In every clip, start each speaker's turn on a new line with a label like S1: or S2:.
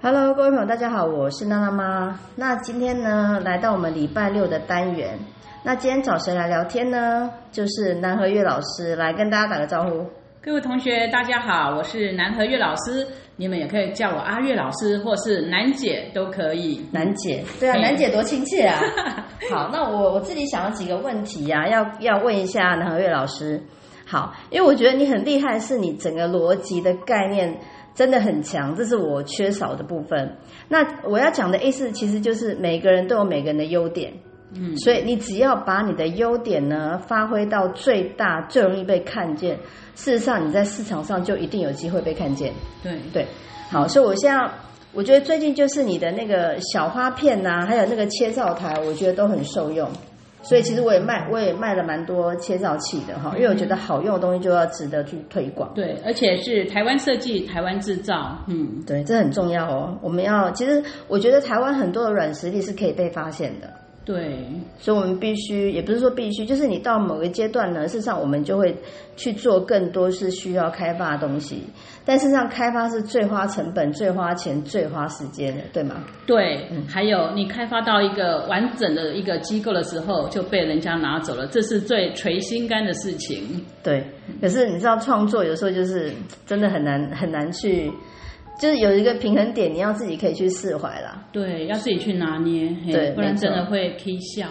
S1: Hello，各位朋友，大家好，我是娜娜妈。那今天呢，来到我们礼拜六的单元。那今天找谁来聊天呢？就是南和月老师来跟大家打个招呼。
S2: 各位同学，大家好，我是南和月老师，你们也可以叫我阿月老师或是南姐都可以。
S1: 楠姐，对啊，
S2: 嘿
S1: 楠姐多亲切啊！好，那我我自己想了几个问题呀、啊，要要问一下南和月老师。好，因为我觉得你很厉害，是你整个逻辑的概念真的很强，这是我缺少的部分。那我要讲的意思，其实就是每个人都有每个人的优点，
S2: 嗯，
S1: 所以你只要把你的优点呢发挥到最大，最容易被看见，事实上你在市场上就一定有机会被看见。
S2: 对，
S1: 对，好，所以我现在我觉得最近就是你的那个小花片呐、还有那个切照台，我觉得都很受用。所以其实我也卖，我也卖了蛮多切照器的哈，因为我觉得好用的东西就要值得去推广。
S2: 对，而且是台湾设计、台湾制造，嗯，
S1: 对，这很重要哦。我们要，其实我觉得台湾很多的软实力是可以被发现的，
S2: 对，
S1: 所以我们必须，也不是说必须，就是你到某个阶段呢，事实上我们就会去做更多是需要开发的东西。但事实上，开发是最花成本、最花钱、最花时间的，对吗？
S2: 对，
S1: 嗯
S2: 还有你开发到一个完整的一个机构的时候，就被人家拿走了，这是最捶心肝的事情。
S1: 对，可是你知道创作有时候就是真的很难很难去，就是有一个平衡点，你要自己可以去释怀 啦。
S2: 对，要自己去拿捏，嘿
S1: 对
S2: 不然
S1: 没错
S2: 真的会 K 笑。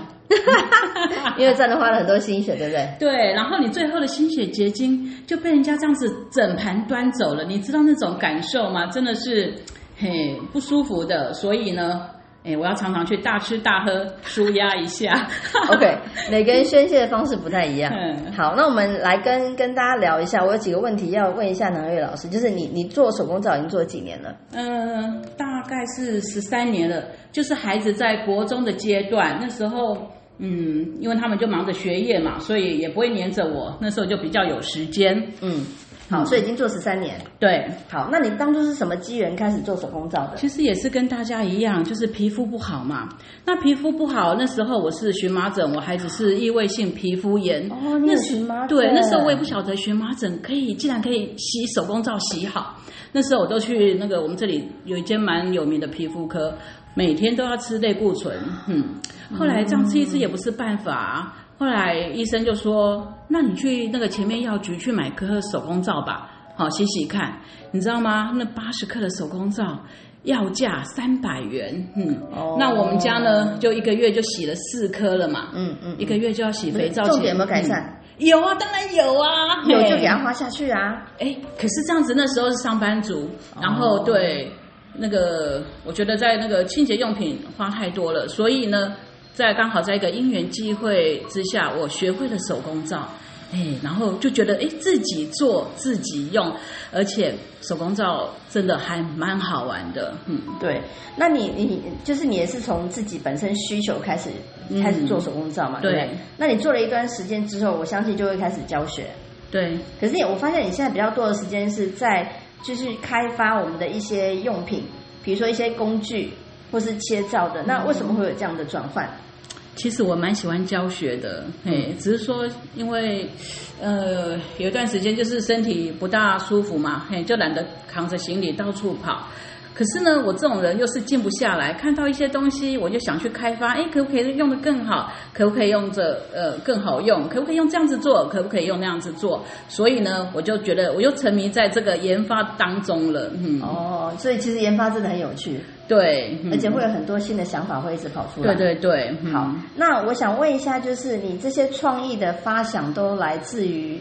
S1: 因为真的花了很多心血，对不对？
S2: 对，然后你最后的心血结晶就被人家这样子整盘端走了，你知道那种感受吗？真的是，嘿，不舒服的。所以呢，哎，我要常常去大吃大喝，舒压一下。
S1: OK，每个人宣泄的方式不太一样。
S2: 嗯
S1: 好，那我们来跟跟大家聊一下，我有几个问题要问一下南岳老师，就是你你做手工皂已经做几年了？
S2: 嗯，大概是十三年了，就是孩子在国中的阶段，那时候。嗯，因为他们就忙着学业嘛，所以也不会黏着我。那时候就比较有时间，
S1: 嗯，好，所以已经做十三年。
S2: 对，
S1: 好，那你当初是什么机缘开始做手工皂的？
S2: 其实也是跟大家一样，就是皮肤不好嘛。那皮肤不好，那时候我是荨麻疹，我孩子是异位性皮肤炎。
S1: 哦你有
S2: 那时
S1: 荨麻疹
S2: 对，那时候我也不晓得荨麻疹可以，竟然可以洗手工皂洗好。那时候我都去那个我们这里有一间蛮有名的皮肤科，每天都要吃类固醇。嗯，后来这样吃一吃也不是办法。后来医生就说：“那你去那个前面药局去买颗手工皂吧，好洗洗看。”你知道吗？那八十克的手工皂要价三百元，嗯，
S1: 哦
S2: 那我们家呢，就一个月就洗了四颗了嘛，
S1: 嗯嗯
S2: 一个月就要洗肥皂钱，
S1: 重点有没有改善？
S2: 嗯？有啊，当然有啊，
S1: 有
S2: 嘿
S1: 就给它花下去啊。
S2: 哎，可是这样子那时候是上班族，
S1: 哦
S2: 然后对那个，我觉得在那个清洁用品花太多了，所以呢，在刚好在一个因缘机会之下，我学会了手工皂。哎，然后就觉得哎，自己做自己用，而且手工皂真的还蛮好玩的，嗯，
S1: 对，那你你就是你也是从自己本身需求开始
S2: 嗯
S1: 开始做手工皂嘛，对不对
S2: 对？
S1: 那你做了一段时间之后，我相信就会开始教学。
S2: 对，
S1: 可是你我发现你现在比较多的时间是在就是开发我们的一些用品，比如说一些工具或是切皂的。那为什么会有这样的转换？
S2: 其实我蛮喜欢教学的，嘿，只是说因为呃有一段时间就是身体不大舒服嘛，嘿，就懒得扛着行李到处跑。可是呢，我这种人又是静不下来，看到一些东西我就想去开发，哎，可不可以用的更好？可不可以用着呃更好用？可不可以用这样子做？可不可以用那样子做？所以呢，我就觉得我又沉迷在这个研发当中了，嗯，
S1: 哦，所以其实研发真的很有趣，
S2: 对，嗯
S1: 而且会有很多新的想法会一直跑出来。
S2: 对对对，嗯
S1: 好，那我想问一下，就是你这些创意的发想都来自于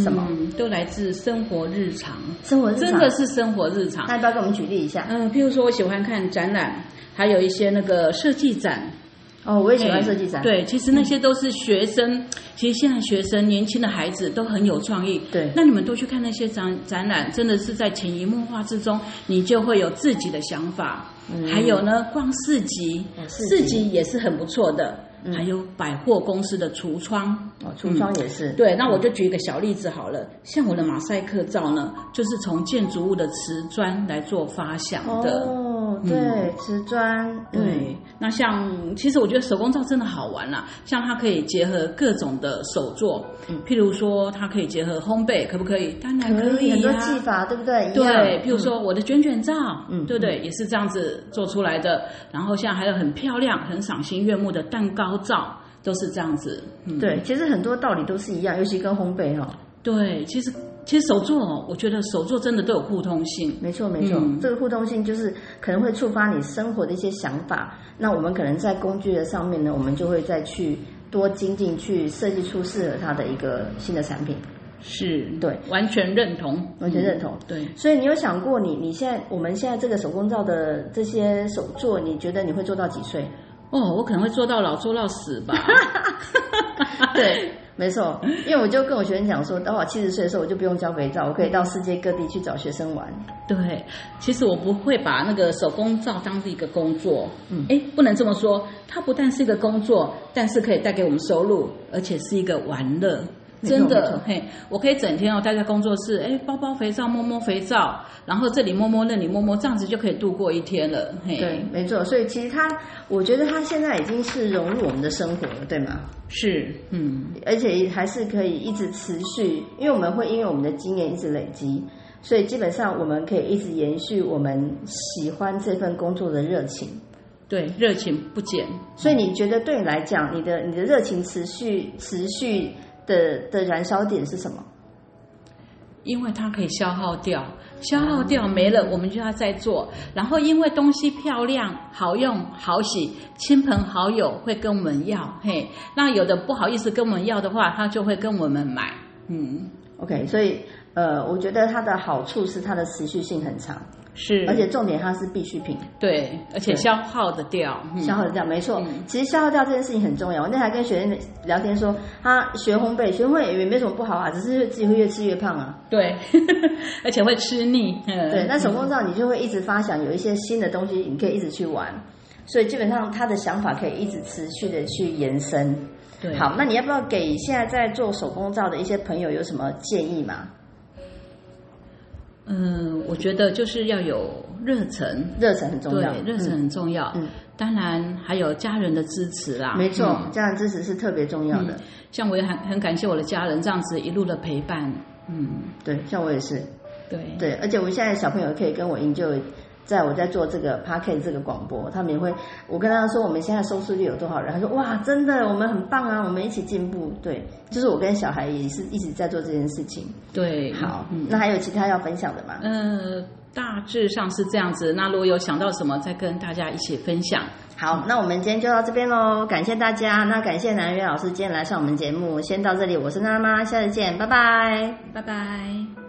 S1: 什么
S2: 嗯都来自生活日常。
S1: 生活日常？
S2: 真的是生活日常。
S1: 那要不要给我们举例一下？
S2: 嗯、譬如说我喜欢看展览，还有一些那个设计展。
S1: 哦，我也喜欢设计展。，
S2: 对，其实那些都是学生，其实现在学生年轻的孩子都很有创意。
S1: 对
S2: 那你们多去看那些展展览，真的是在潜移默化之中，你就会有自己的想法。
S1: 嗯
S2: 还有呢，逛市集，
S1: 嗯市集嗯
S2: 市集也是很不错的。还有百货公司的橱窗，
S1: 哦，橱窗也是。
S2: 对，那我就举一个小例子好了，像我的马赛克照呢，就是从建筑物的瓷砖来做发想的。
S1: 哦，对，瓷砖，
S2: 嗯
S1: 嗯
S2: 对，那像其实我觉得手工皂真的好玩啦，像它可以结合各种的手作，譬如说它可以结合烘焙，可不可以？当然
S1: 嗯可以很
S2: 以
S1: 多
S2: 啊。
S1: 技法，对不对？一
S2: 对
S1: 样，
S2: 譬如说我的卷卷皂，
S1: 嗯
S2: 对不对？也是这样子做出来的。然后像还有很漂亮、很赏心悦目的蛋糕皂，都是这样子。嗯，
S1: 对，其实很多道理都是一样，尤其跟烘焙哈、
S2: 对，其实其实手作，哦我觉得手作真的都有互通性。
S1: 没错，没错，
S2: 嗯
S1: 这个互动性就是可能会触发你生活的一些想法。那我们可能在工具的上面呢，我们就会再去多精进，去设计出适合它的一个新的产品。
S2: 是，
S1: 对，
S2: 完全认同，
S1: 完全认同
S2: 嗯对，
S1: 所以你有想过你，你现在我们现在这个手工皂的这些手作，你觉得你会做到几岁？
S2: 哦，我可能会做到老做到死吧。
S1: 啊对，没错，因为我就跟我学生讲说，等我七十岁的时候，我就不用交肥皂，我可以到世界各地去找学生玩。
S2: 对，其实我不会把那个手工皂当是一个工作，
S1: 嗯
S2: 嗯，哎，不能这么说，它不但是一个工作，但是可以带给我们收入，而且是一个玩乐。
S1: 没错
S2: 真
S1: 没错
S2: 的，嘿，我可以整天哦待在工作室，哎，包包肥皂，摸摸肥皂，然后这里摸摸那里摸摸，这样子就可以度过一天了，嘿，
S1: 对，，没错。所以其实它，我觉得它现在已经是融入我们的生活了，对吗？
S2: 是，嗯，
S1: 而且还是可以一直持续，因为我们会因为我们的经验一直累积，所以基本上我们可以一直延续我们喜欢这份工作的热情。
S2: 对，热情不减，
S1: 所以你觉得对你来讲，你的你的热情持续持续的的燃烧点是什么？
S2: 因为它可以消耗掉，消耗掉没了，我们就要再做。然后因为东西漂亮、好用、好洗，亲朋好友会跟我们要，嘿，那有的不好意思跟我们要的话，他就会跟我们买，嗯，
S1: OK，所以呃，我觉得它的好处是它的持续性很长，
S2: 是，
S1: 而且重点它是必需品，
S2: 对，而且
S1: 对
S2: 消耗得掉，嗯
S1: 消耗掉没错。
S2: 嗯
S1: 其实消耗掉这件事情很重要。我那天还跟学生聊天说，他学烘焙，学烘焙也没什么不好啊，只是自己会越吃越胖啊。
S2: 对， 而且会吃腻，嗯，
S1: 对，那手工皂你就会一直发想有一些新的东西，你可以一直去玩，所以基本上他的想法可以一直持续的去延伸。
S2: 对，
S1: 好，那你要不要给现在在做手工皂的一些朋友有什么建议吗？
S2: 嗯，我觉得就是要有热忱，
S1: 热忱很重
S2: 对
S1: 要，，
S2: 热忱很重要，
S1: 嗯
S2: 当然还有家人的支持啦，
S1: 嗯，没错
S2: 嗯，
S1: 这样支持是特别重要的。
S2: 像我也很很感谢我的家人这样子一路的陪伴，嗯，
S1: 对，像我也是，
S2: 对，
S1: 对，而且我现在小朋友可以跟我研究。在我在做这个 p a c k e t 这个广播，他们也会，我跟他说我们现在收视率有多少人，他说哇，真的，我们很棒啊，我们一起进步。对，就是我跟小孩也是一直在做这件事情。
S2: 对，
S1: 好，
S2: 嗯，
S1: 那还有其他要分享的吗？
S2: 呃，大致上是这样子。那如果有想到什么，再跟大家一起分享。
S1: 好，那我们今天就到这边喽，感谢大家，那感谢南岳老师今天来上我们节目，先到这里，我是娜妈，下次见，拜拜。
S2: 拜拜。